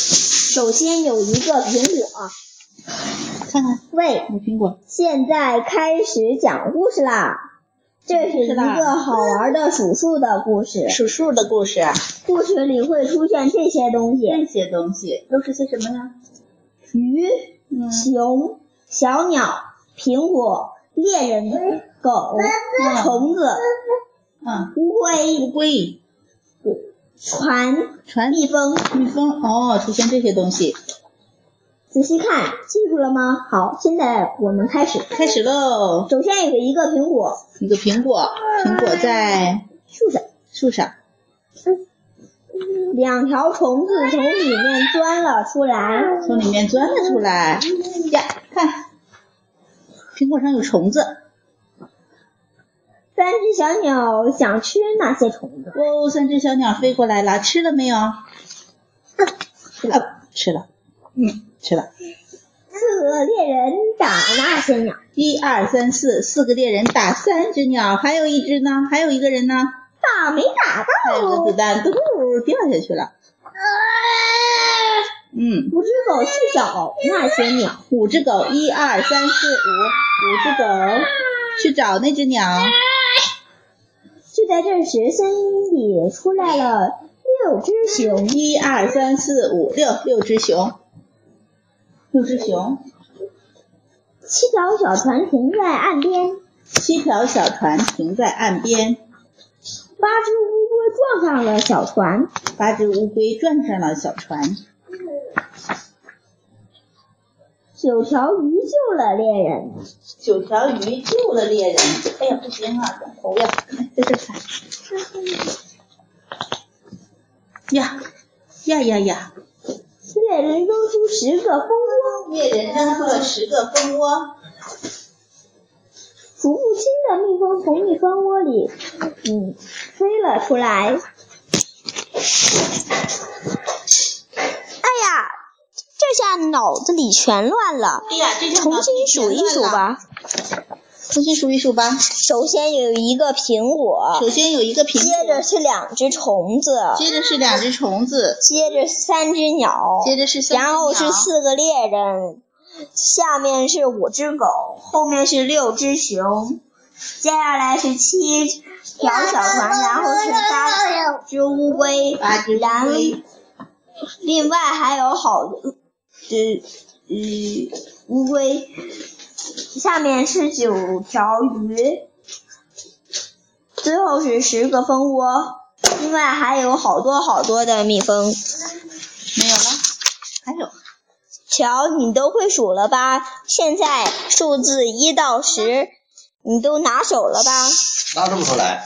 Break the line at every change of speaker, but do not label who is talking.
首先有一个苹果。
看看
喂，
有苹果，
现在开始讲故事啦！这是一个好玩的数数的故事，
数数的故事，啊
故事里会出现这些东西：
这些东西都是些什么呢？
鱼、
嗯
熊、小鸟、苹果、猎人、狗、虫子、
嗯，
乌龟、
乌龟、
船、
船、
蜜蜂。
蜜蜂，哦，出现这些东西，
仔细看，记住了吗？好，现在我们开始。
开始喽！
首先有一个苹果
一个苹果，苹果在
树上，
树上，
两条虫子从里面钻了出来。
从里面钻了出来，呀，看，苹果上有虫子，
三只小鸟想吃那些虫子，
哦，三只小鸟飞过来了，吃了没有？
吃了
啊，吃了，嗯，吃了。
四个猎人打那些鸟，
一二三四，四个猎人打三只鸟，还有一只呢，还有一个人呢，
咋没打
还有
到
个？子弹嘟噜掉下去了。嗯，
五只狗去找那些鸟，
五只狗，一二三四五，五只狗去找那只鸟。
就在这时，森林里出来了六只熊，
一二三四五六，六只熊，六只熊，
七条小船停在岸边，
七条小船停在岸边，
八只乌龟撞上了小船，
八只乌龟转上了小船，
九条鱼救了猎人，
九条鱼救了猎人。哎呀，不行啊，转头呀，在这看。呀呀呀呀！
猎人扔出十个蜂窝，
猎人扔出了十个蜂窝，
数不清的蜜蜂从蜜蜂窝里，嗯，飞了出来。哎呀，这下脑子里全乱了，
哎呀，这下
重新数一数，吧。
重新数一数吧。
首先有一个苹果，
首先有一个苹
接
果
着，是两只虫子，
接着是两只虫子，
接着三只鸟，
接着是三只
然后是
鸟
四个猎人，下面是五只狗，后面是六只熊，接下来是七条小船，然后是八只乌龟，
八只乌
然
龟，
另外还有好只鱼乌龟，下面是九条鱼，最后是十个蜂窝，另外还有好多好多的蜜蜂。
没有了，还有
瞧，你都会数了吧？现在数字一到十，你都拿手了吧？
拉这么出来，